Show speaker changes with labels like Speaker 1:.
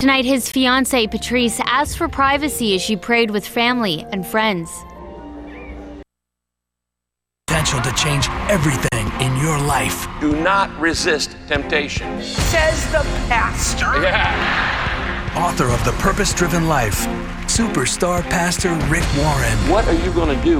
Speaker 1: Tonight, his fiancee Patrice asked for privacy as she prayed with family and friends.
Speaker 2: Potential to change everything in your life.
Speaker 3: Do not resist temptation.
Speaker 4: says the pastor.
Speaker 3: Yeah.
Speaker 2: Author of The Purpose Driven Life, superstar pastor Rick Warren.
Speaker 3: What are you going to do